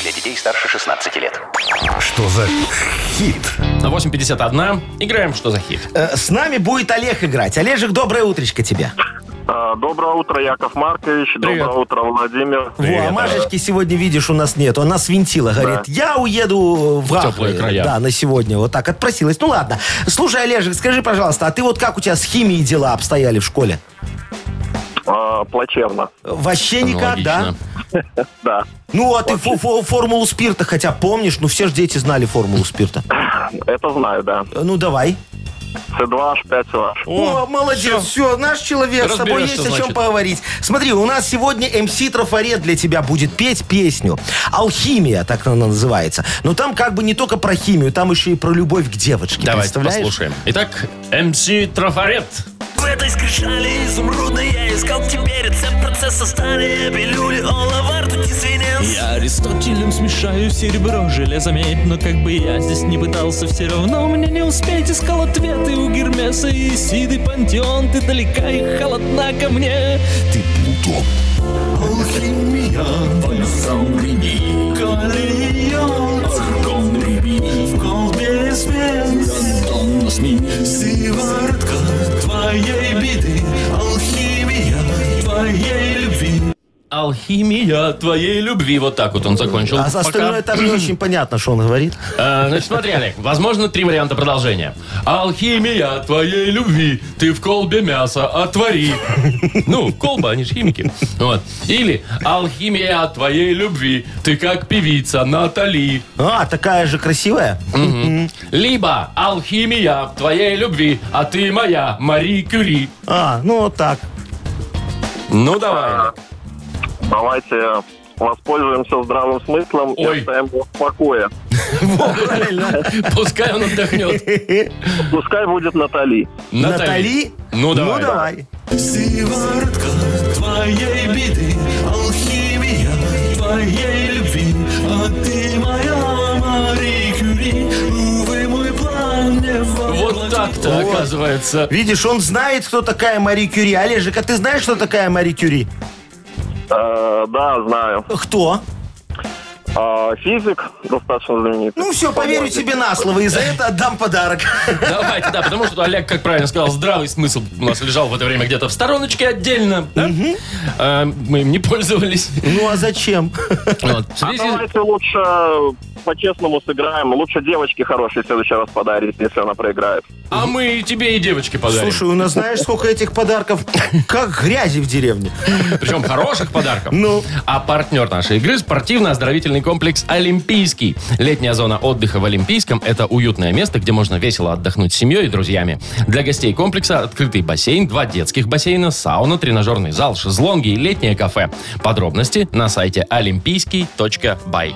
Для детей старше 16 лет.
Что за хит?
На 8.51 играем «Что за хит?».
Э, С нами будет Олег играть. Олежек, доброе утречко тебе.
А, Доброе утро, Яков Маркович.
Привет.
Доброе утро, Владимир.
Во, а Машечки сегодня, видишь, у нас нет. Она свинтила, говорит, я уеду в
теплые
Гагры».
края.
Да, на сегодня вот так отпросилась. Ну ладно. Слушай, Олежек, скажи, пожалуйста, а ты вот как у тебя с химией дела обстояли в школе?
А, Плачевно.
Э, Вообще никак, да?
Аналогично.
Да.
Ну, а ты фо- фо- формулу спирта хотя помнишь? Ну, все же дети знали формулу спирта.
Это знаю, да.
Э, Ну, давай.
С2H5LH.
О, молодец, все. наш человек, с тобой
Разберешь,
есть
что
о чем
значит.
поговорить. Смотри, у нас сегодня МС Трафарет для тебя будет петь песню. Алхимия, так она называется. Но там как бы не только про химию, там еще и про любовь к девочке.
Давайте
Представляешь?
послушаем. Итак, МС Трафарет.
В этой скрижали изумрудной я искал теперь рецепт процесса старые пилюли олова, ртуть и свинец. Я Аристотелем смешаю серебро, железо, медь, но как бы я здесь не пытался, все равно мне не успеть искал ответы у Гермеса и Сиды, Пантеон, ты далека и холодна ко мне. Ты Плутон. Алхимия, бальзам Рими, Калия, церковный Рими, в колбе смесь восьми Сиворотка твоей беды Алхимия твоей любви
Алхимия твоей любви. Вот так вот он закончил.
А
Ну, Пока.
остальное там не очень понятно, что он говорит.
Э, Значит, смотри, Олег, возможно, три варианта продолжения. Алхимия твоей любви, ты в колбе мясо отвори. Ну, колба, они же химики. Вот. Или алхимия твоей любви, ты как певица Натали.
А, такая же красивая.
Либо алхимия твоей любви, а ты моя Мари Кюри.
А, ну вот так.
Ну, давай.
Давайте воспользуемся здравым смыслом
Ой.
и оставим его в покое.
Пускай он отдохнет.
Пускай будет Натали.
Натали?
Ну, давай.
Ну, давай.
Сиворотка твоей беды, алхимия твоей любви, а ты моя Мари Кюри, увы, мой план не
Вот так-то, оказывается.
Видишь, он знает, кто такая Мари Кюри. Олежек, а ты знаешь, что такая Мари Кюри?
Э, да, знаю.
Кто?
Э, физик достаточно знаменитый.
Ну все, поверю
Помогник.
тебе на слово и за это отдам подарок.
Давайте, да, потому что Олег, как правильно сказал, здравый смысл у нас лежал в это время где-то в стороночке отдельно. да? А, Мы им не пользовались.
Ну а зачем?
Вот. В
А
связи-
давайте лучше по-честному сыграем. Лучше девочке хорошей в следующий раз подарить, если она проиграет.
А мы и тебе и девочке подарим.
Слушай, у нас знаешь, сколько этих подарков? Как грязи в деревне.
Причем хороших подарков.
Ну.
А партнер нашей игры – спортивно-оздоровительный комплекс «Олимпийский». Летняя зона отдыха в Олимпийском – это уютное место, где можно весело отдохнуть с семьей и друзьями. Для гостей комплекса открытый бассейн, два детских бассейна, сауна, тренажерный зал, шезлонги и летнее кафе. Подробности на сайте олимпийский.бай.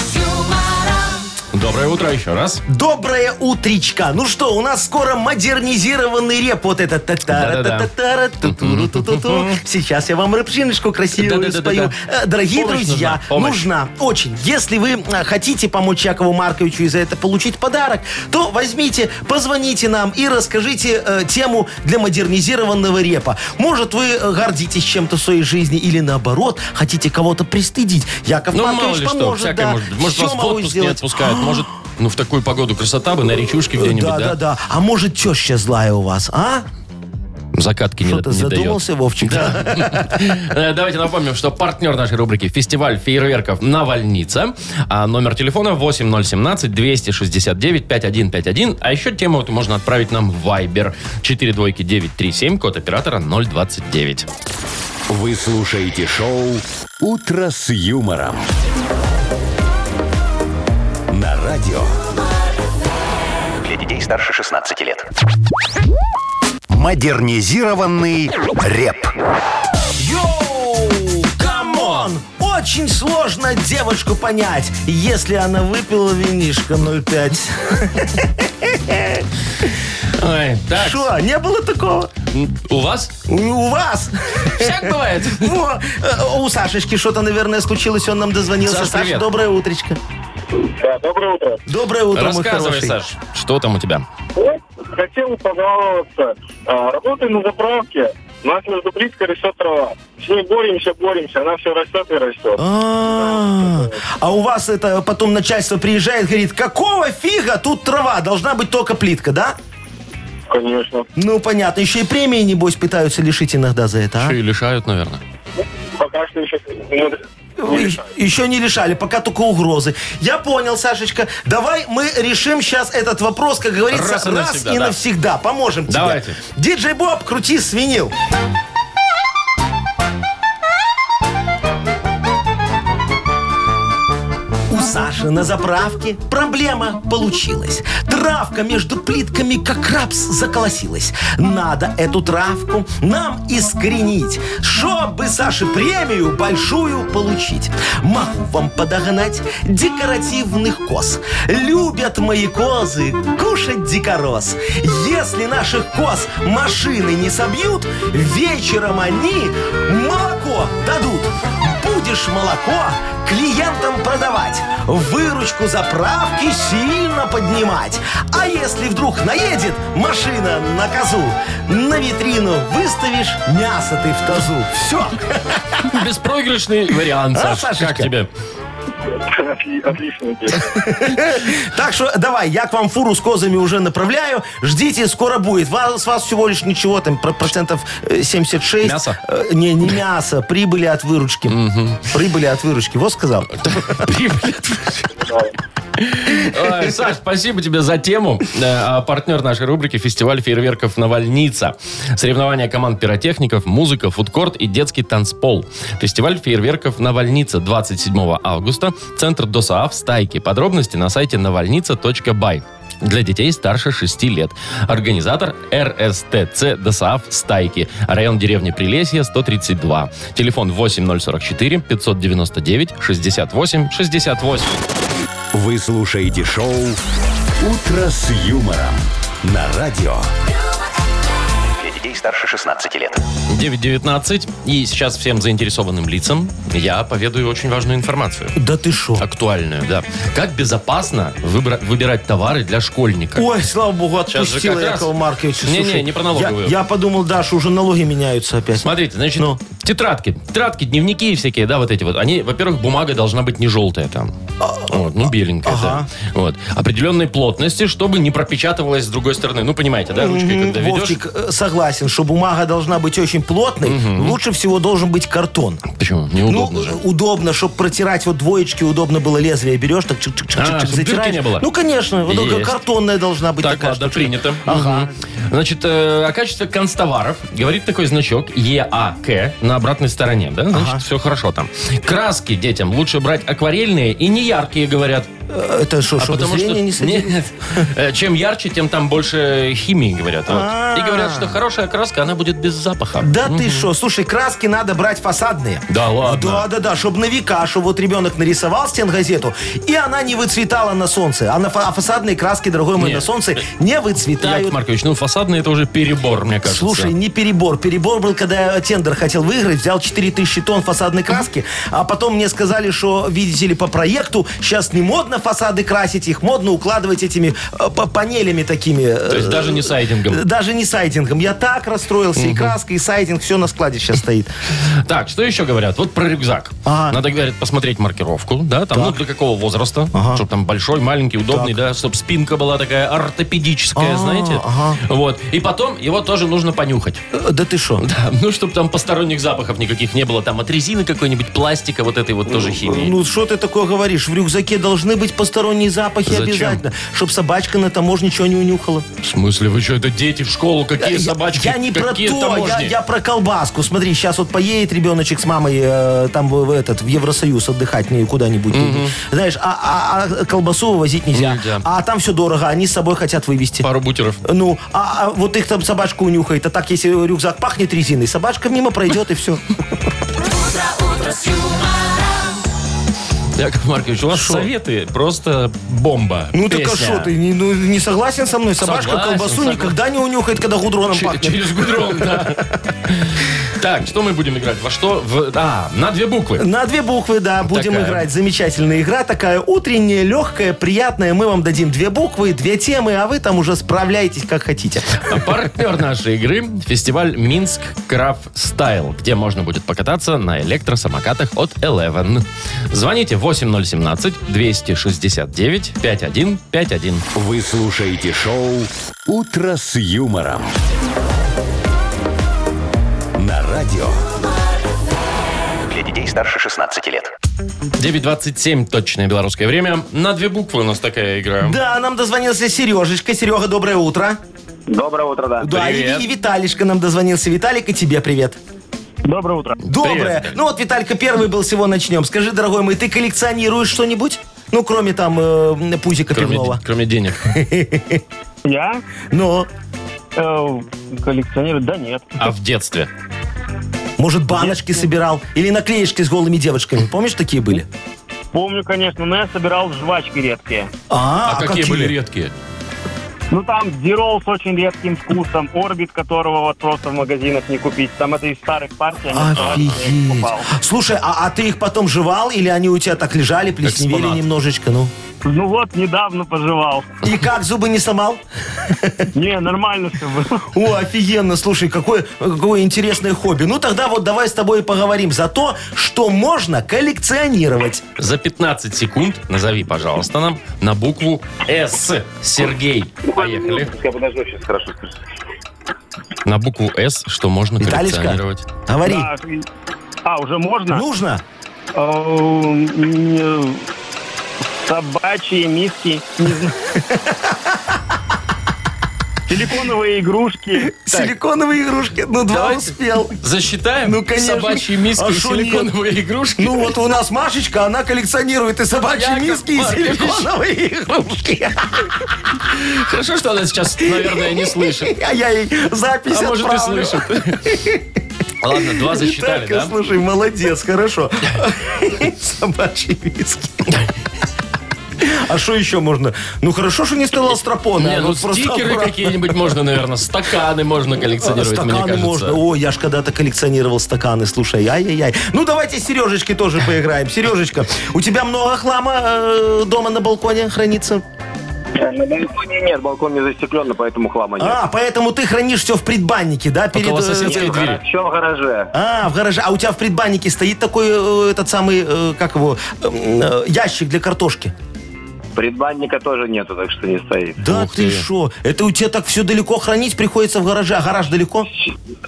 Доброе утро еще раз.
Доброе утречка. Ну что, у нас скоро модернизированный реп. Вот этот
Да-да-да.
та-та-ра-та-та-ра, ту-ту-ру-ту-ту-ту. Сейчас я вам рэпчиночку красивую
Да-да-да-да-да.
спою. Э, Дорогие
Помощь
друзья,
нужна, помощь.
нужна очень. Если вы э, хотите помочь Якову Марковичу и за это получить подарок, то возьмите, позвоните нам и расскажите э, тему для модернизированного репа. Может, вы э, гордитесь чем-то в своей жизни или наоборот, хотите кого-то пристыдить. Яков
Ну, мало ли
Маркович
что,
поможет.
всякое
да.
может быть. Может,
Всё
вас в
могу
отпуск не
сделать. Э,
отпускают, может, ну, в такую погоду красота бы на речушке где-нибудь,
да,
да?
да, да. А может, теща злая у вас, а?
Закатки не,
Что-то
не дает.
задумался, Вовчик.
Э, Давайте напомним, что партнер нашей рубрики «Фестиваль фейерверков Навальница». А номер телефона 8017-269-5151. А еще тему эту можно отправить нам в Viber. 4 двойки 937, код оператора 029.
Вы слушаете шоу «Утро с юмором». На радио
Для детей старше 16 лет.
«Модернизированный реп».
Йоу! Камон! Очень сложно девочку понять, если она выпила винишко 0,5.
Ой, так,
Что, не было такого?
у вас
У, у вас?
всяк бывает.
Во, э, У Сашечки что-то, наверное, случилось, он нам дозвонился.
Саш,
Саша,
привет.
доброе утречко.
Да, доброе утро.
Доброе утро, мой
Рассказывай,
хороший.
Саш, что там у тебя?
Хотел пожаловаться. А, Работаю на заправке. У нас между плиткой растет трава. С ней боремся, боремся. Она все растет и растет.
А, А у вас это потом начальство приезжает, говорит, какого фига тут трава? Должна быть только плитка, да?
А? Конечно.
Ну, понятно. Еще и премии, небось, пытаются лишить иногда за это, а?
Еще и лишают, наверное.
Пока что еще...
Ой, Еще не решали, пока только угрозы. Я понял, Сашечка. Давай мы решим сейчас этот вопрос, как говорится,
Раз
раз
и
и,
навсегда, да.
навсегда. Поможем
Давайте.
тебе. Диджей Боб, крути свинил. У Саши на заправке проблема получилась. Травка между плитками, как рапс, заколосилась. Надо эту травку нам искоренить, чтобы Саше премию большую получить. Могу вам подогнать декоративных коз. Любят мои козы кушать дикорос. Если наших коз машины не собьют, вечером они молоко дадут. Будет будешь молоко клиентам продавать, выручку заправки сильно поднимать. А если вдруг наедет машина на козу, на витрину выставишь мясо ты в тазу. Все.
Беспроигрышный вариант,
А,
Саш. Как
Сашечка?
тебе?
Отли- Отлично.
Так что давай, я к вам фуру с козами уже направляю. Ждите, скоро будет. Вас, с вас всего лишь ничего, там про- процентов э, 76.
Мясо?
Э, Не, не мясо, прибыли от выручки. Прибыли от выручки. Вот сказал.
Ой, Саш, спасибо тебе за тему. Э, а Партнер нашей рубрики – фестиваль фейерверков «Навальница». Соревнования команд пиротехников, музыка, фудкорт и детский танцпол. Фестиваль фейерверков «Навальница» 27 августа. Центр ДОСААФ «Стайки». Подробности на сайте навальница.бай. Для детей старше 6 лет. Организатор РСТЦ ДСАФ «Стайки». Район деревни Прилесье, 132. Телефон 8044 599 68 68.
Вы слушаете шоу «Утро с юмором» на радио.
Для детей старше 16 лет.
9.19. И сейчас всем заинтересованным лицам я поведаю очень важную информацию.
Да ты шо?
Актуальную, да. Как безопасно выбра- выбирать товары для школьника?
Ой, слава богу,
Сейчас же
отпустила
как раз.
Якова Марковича.
Не-не,
Слушай,
не про налоговую.
Я, я подумал, Даша, уже налоги меняются опять.
Смотрите, значит,
Ну.
тетрадки, тетрадки, дневники и всякие, да, вот эти вот. Они, во-первых, бумага должна быть не желтая там, вот, ну беленькая,
А, Ага.
да. Вот определенной плотности, чтобы не пропечатывалась с другой стороны. Ну понимаете, да, ручкой
Мгм,
когда ведешь.
Вовчик, э, согласен, что бумага должна быть очень плотной. Лучше всего должен быть картон.
Почему? Неудобно
ну,
же.
удобно, чтобы протирать вот двоечки, удобно было лезвие берешь, так чик чик чик
А,
чик
чтоб дырки не было?
Ну, конечно, вот только
Есть.
картонная должна быть
Так, а,
такая
ладно,
штучка.
принято.
Ага.
Мгм. Значит, э, о качестве констоваров говорит такой значок ЕАК на обратной стороне, да? Значит, все хорошо там. Краски детям лучше брать акварельные и неяркие, говорят.
Э, Это что,
А
чтобы
потому что...
зрение не садилось?
Нет. Э, Чем ярче, тем там больше химии, говорят. вот.
А.
И говорят, что хорошая краска, она будет без запаха.
Да ты что, слушай, краски надо брать фасадные.
Да ладно?
Да, да, да, чтобы на века, чтобы вот ребенок нарисовал стенгазету, и она не выцветала на солнце. А, на фа- а фасадные краски, дорогой мой,
Не.
на солнце не выцветают.
Так, Маркович, ну фасадный это уже перебор, мне кажется.
Слушай, не перебор. Перебор был, когда я тендер хотел выиграть, взял 4000 тонн фасадной краски, а потом мне сказали, что, видите ли, по проекту сейчас не модно фасады красить, их модно укладывать этими э, па- панелями такими. э,
То есть даже не сайдингом.
Даже не сайдингом. Я так расстроился, и краска, и сайдинг, все на складе сейчас стоит.
Так, что еще говорят? Вот про рюкзак.
Ага.
Надо, говорят, посмотреть маркировку, да, там, ну, для какого возраста, чтобы там большой, маленький, удобный, да, чтобы спинка была такая ортопедическая,
А,
знаете.
ага.
Вот. И потом его тоже нужно понюхать.
Э, Да ты что?
Да, ну, чтобы там посторонних запахов никаких не было, там от резины какой-нибудь, пластика, вот этой вот тоже химии.
Ну, что ты такое говоришь? В рюкзаке должны быть посторонние запахи
Зачем?
обязательно, чтобы собачка на таможне ничего не унюхала.
В смысле, вы что, это дети в школу, какие
Я-
собачки,
Я не про
какие
то, я,
таможни?
я про колбаску. Смотри, сейчас вот поедет ребеночек с мамой э, там в, в этот в Евросоюз отдыхать не куда-нибудь. Знаешь, а, а- а колбасу вывозить нельзя.
Нельзя.
А там все дорого, они с собой хотят вывести.
Пару бутеров.
Ну, а, а вот их там собачка унюхает. А так, если рюкзак пахнет резиной, собачка мимо пройдет и все.
Яков Маркович, у вас советы просто бомба.
Ну так а
Песня.
что ты, не, ну, не согласен со мной? Собачка
Согласен,
колбасу
согласен.
никогда не унюхает, когда гудроном
Че-
пахнет.
Через гудрон, да. Так, что мы будем играть? Во что? В- А, на две буквы.
На две буквы, да, будем
Такая.
играть. Замечательная игра такая, утренняя, легкая, приятная. Мы вам дадим две буквы, две темы, а вы там уже справляетесь как хотите.
А Партнер нашей игры – фестиваль «Минск Крафт Стайл», где можно будет покататься на электросамокатах от Eleven. Звоните 8017-269-5151.
Вы слушаете шоу «Утро с юмором» на радио.
Для детей старше 16 лет.
9.27 точное белорусское время. На две буквы у нас такая игра.
Да, нам дозвонился Сережечка. Серега, доброе утро.
Доброе утро,
Да,
Привет.
и, и Виталишка нам дозвонился. Виталик, и тебе привет.
Доброе утро.
Доброе.
Виталик.
ну вот Виталька первый был, всего начнем. Скажи, дорогой мой, ты коллекционируешь что-нибудь? Ну, кроме там э, пузика
Кроме,
пивного.
кроме денег.
Я
Ну,
коллекционирую? Да нет.
А в детстве?
может, баночки собирал? Или наклеечки с голыми девочками? Помнишь, такие были? А,
Помню, конечно, но я собирал жвачки редкие.
А, какие были А редкие?
Ну там Дирол с очень редким вкусом, орбит которого вот просто в магазинах не купить. Там это из старых партий, они старые, я их
Офигеть.
покупал.
Слушай, а, а ты их потом жевал или они у тебя так лежали, плесневели
Экспонат.
немножечко, ну?
Ну вот, недавно пожевал.
И как, зубы не сломал?
Не, нормально все было.
О, офигенно, слушай, какое, какое интересное хобби. Ну тогда вот давай с тобой и поговорим за то, что можно коллекционировать.
За 15 секунд назови, пожалуйста, нам на букву «С». Сергей, поехали.
Я подожду, сейчас хорошо скажу.
На букву «С» что можно
Виталичка?
коллекционировать?
Говори.
А, уже можно?
Нужно?
Эм, м, Собачьи миски. Не знаю. Силиконовые игрушки.
Силиконовые игрушки. Ну, два
Давайте.
успел.
Засчитаем
Ну, конечно.
собачьи миски
А
и
шо нет?
силиконовые игрушки?
Ну вот у нас Машечка, она коллекционирует и собачьи
Яков
миски, и
Маркович.
силиконовые игрушки. Ну,
Хорошо, что она сейчас, наверное, не слышит.
А я ей запись
А может, и
отправлю.
слышит. Ладно, два засчитали,
Так,
да?
слушай, молодец, хорошо. Собачьи виски. А что еще можно? Ну хорошо, что не сказал стропона.
Не,
а
ну
вот просто
стикеры
обратно.
какие-нибудь можно, наверное, стаканы можно коллекционировать, мне
А, Стаканы
кажется.
можно. О, я ж когда-то коллекционировал стаканы, слушай, ай-яй-яй. Ну давайте с Сережечкой тоже поиграем. Сережечка, у тебя много хлама э, дома на балконе хранится?
На балконе нет, балкон не застеклен, поэтому хлама нет.
А, поэтому ты хранишь все в предбаннике, да?
Около
э,
соседской двери.
Все в гараже.
А, в гараже. А у тебя в предбаннике стоит такой, э, этот самый, э, как его, эм, э, ящик для картошки.
Предбанника тоже нету, так что не стоит.
Да
Ух ты.
ты что? Это у тебя так все далеко хранить приходится в гараже, а гараж далеко?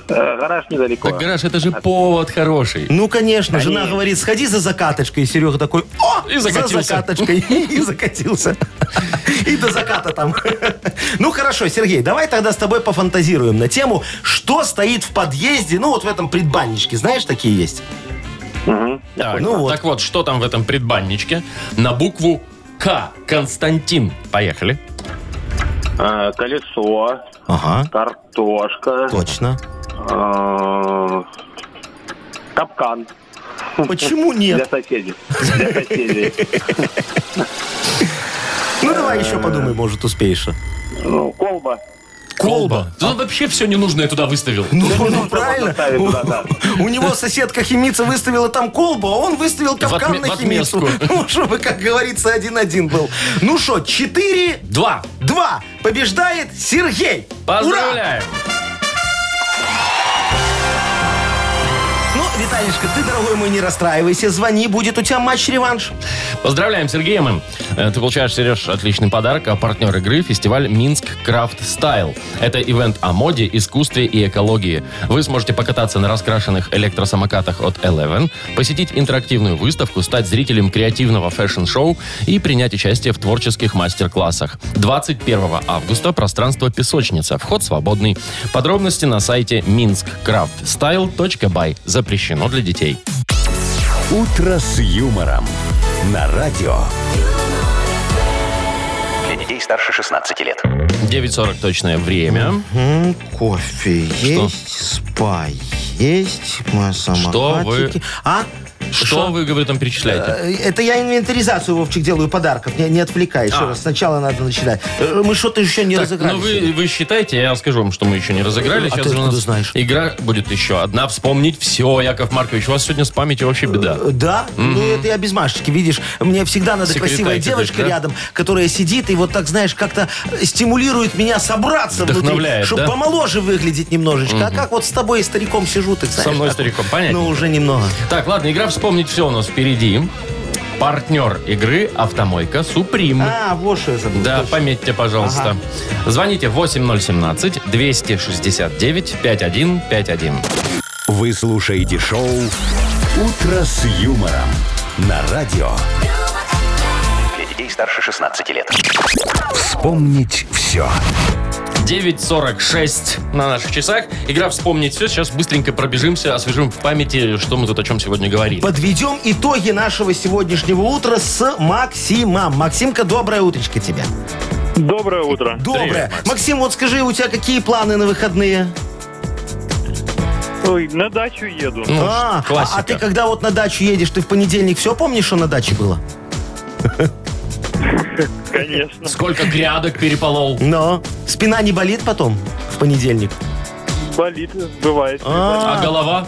Э, Гараж недалеко.
Так, гараж, это же повод хороший.
Ну, конечно. Жена говорит, сходи за закаточкой. И Серега такой, о,
И закатился.
за закаточкой. И закатился. И до заката там. Ну, хорошо, Сергей, давай тогда с тобой пофантазируем на тему, что стоит в подъезде, ну, вот в этом предбанничке. Знаешь, такие есть?
Так,
Ну вот.
так вот, что там в этом предбанничке? На букву К. Константин. Поехали.
Э, Колесо,
Ага,
картошка,
точно.
э, капкан
Почему
Для
нет?
соседей. Для соседей.
Ну, давай еще подумай, может, успеешь.
Ну, колба.
Колба.
Да он вообще все ненужное туда выставил.
Ну, ну, правильно.
поставить туда, да.
У него соседка химица выставила там колбу, а он выставил капкан
отме-
на
в
химицу.
отместку.
Ну, чтобы, как говорится, один-один был. Ну что, четыре,
Два.
два. Побеждает Сергей. Ура!
Поздравляем.
Ну, Виталишка, ты, дорогой мой, не расстраивайся. Звони, будет у тебя матч-реванш.
Поздравляем, Сергей М. Э, Ты получаешь, Сереж, отличный подарок, а партнер игры – фестиваль «Минск Крафт Стайл». Это ивент о моде, искусстве и экологии. Вы сможете покататься на раскрашенных электросамокатах от Eleven, посетить интерактивную выставку, стать зрителем креативного фэшн-шоу и принять участие в творческих мастер-классах. 21 августа пространство «Песочница». Вход свободный. Подробности на сайте minskcraftstyle.by. Запрещено для детей.
«Утро с юмором» на радио.
Для детей старше 16 лет.
9.40 точное время.
Кофе есть, спа есть,
самокатики.
А?
Что вы, говорю, там перечисляете?
Э, Это я инвентаризацию, Вовчик, делаю подарков. Не, не отвлекай еще
А.
раз. Сначала надо начинать. Э, Мы что-то еще не
Так,
разыграли.
ну вы, вы считайте, я расскажу вам, что мы еще не разыграли.
А ты
же у нас
откуда знаешь?
Игра будет еще одна. Вспомнить все, Яков Маркович. У вас сегодня с памятью вообще беда.
Э, Да? Ну, это я без Машечки, видишь. Мне всегда надо
Секретарь
красивая
ты
девочка
будешь, да?
рядом, которая сидит и вот так, знаешь, как-то стимулирует меня собраться
Вдохновляет,
внутри, чтобы
да?
помоложе выглядеть немножечко. А как вот с тобой и стариком сижу, так знаешь.
мной
как вот.
стариком, понятно.
Ну, уже немного.
Так, ладно, игра «Вспомнить все» у нас впереди. Партнер игры «Автомойка Суприм».
А, вот что я забыл.
Да,
Точно.
пометьте, пожалуйста. Звоните 8017-269-5151.
Вы слушаете шоу «Утро с юмором» на радио.
Для детей старше 16 лет.
Вспомнить все.
9.46 на наших часах. Игра «Вспомнить все». Сейчас быстренько пробежимся, освежим в памяти, что мы тут о чем сегодня говорили.
Подведем итоги нашего сегодняшнего утра с Максимом. Максимка, доброе утречко тебе.
Доброе утро.
Доброе.
Привет,
Максим. вот скажи, у тебя какие планы на выходные?
Ой, на дачу еду.
Ну,
а,
классика.
а ты когда вот на дачу едешь, ты в понедельник все помнишь, что на даче было?
Конечно.
Сколько грядок переполол.
Но спина не болит потом в понедельник?
Болит, бывает.
А голова?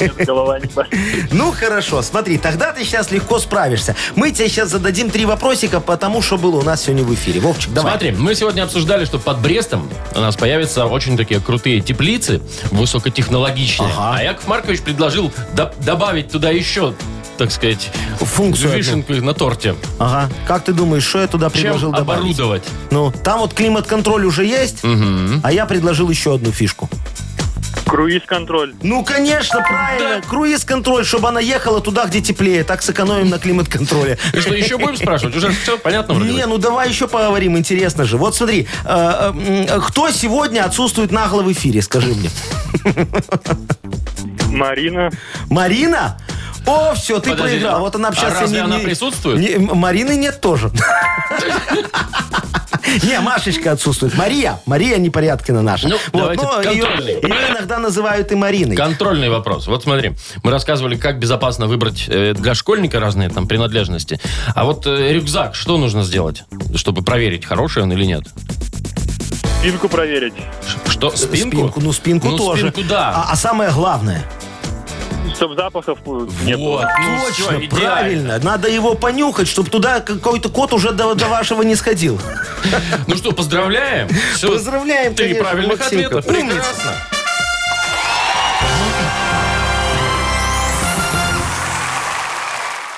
Нет, голова не болит.
Ну хорошо, смотри, тогда ты сейчас легко справишься. Мы тебе сейчас зададим три вопросика по тому, что было у нас сегодня в эфире. Вовчик, давай.
Смотри, мы сегодня обсуждали, что под Брестом у нас появятся очень такие крутые теплицы, высокотехнологичные.
Ага.
А Яков Маркович предложил до- добавить туда еще, так сказать,
Функцию одну.
вишенку на торте.
Ага. Как ты думаешь, что я туда
Чем
предложил добавить?
оборудовать?
Ну, там вот климат-контроль уже есть, а я предложил еще одну фишку.
Круиз-контроль.
Ну, конечно, правильно. Круиз-контроль, чтобы она ехала туда, где теплее. Так сэкономим на климат-контроле.
И что, еще будем спрашивать? Уже все понятно вроде бы?
Не, ну давай еще поговорим, интересно же. Вот смотри, э, э, м, кто сегодня отсутствует нагло в эфире, скажи мне.
Марина.
Марина? О, все, ты
Подожди,
проиграл. Вот она
а
общаться
разве она присутствует?
не- М- Марины нет тоже. Не, Машечка отсутствует. Мария. Мария Непорядкина наша.
Ну,
Вот,
давайте
но ее,
контрольный.
ее иногда называют и Мариной.
Контрольный вопрос. Вот смотри, мы рассказывали, как безопасно выбрать э, для школьника разные там принадлежности. А вот э, рюкзак, что нужно сделать, чтобы проверить, хороший он или нет?
Спинку проверить.
Что, спинку?
Ну, спинку
Ну,
тоже.
спинку, да.
А- а самое главное,
Чтоб запахов э, не
Вот,
было.
ну
А, Точно,
всё, идеально.
правильно. Надо его понюхать, чтобы туда какой-то кот уже до, до вашего не сходил.
Ну что, поздравляем. Всё,
Поздравляем,
Три
конечно,
правильных
Максимка.
ответа. Прекрасно.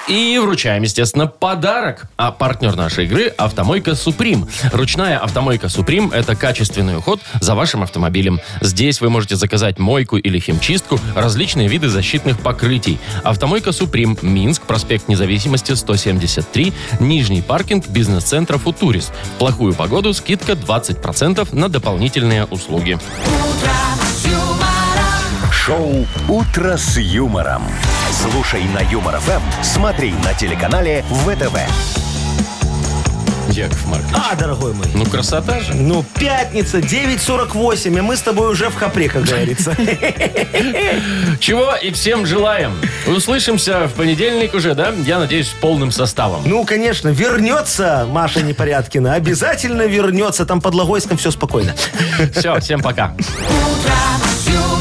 И вручаем, естественно, подарок. А партнер нашей игры – автомойка «Суприм». Ручная автомойка «Суприм» – это качественный уход за вашим автомобилем. Здесь вы можете заказать мойку или химчистку, различные виды защитных покрытий. Автомойка «Суприм», Минск, проспект Независимости, 173, Нижний паркинг бизнес-центра «Футурис». В плохую погоду скидка 20% на дополнительные услуги.
Шоу «Утро с юмором». Слушай на Юмор ФМ, смотри на телеканале ВТВ.
Яков Маркович,
А, дорогой мой.
ну красота же.
Ну, пятница, 9.48, и мы с тобой уже в хапре, как говорится.
Чего и всем желаем. Услышимся в понедельник уже, да? Я надеюсь, с полным составом.
Ну, конечно, вернется Маша Непорядкина. Обязательно вернется. Там под Логойском все спокойно.
Все, всем пока.
Утро с юмором.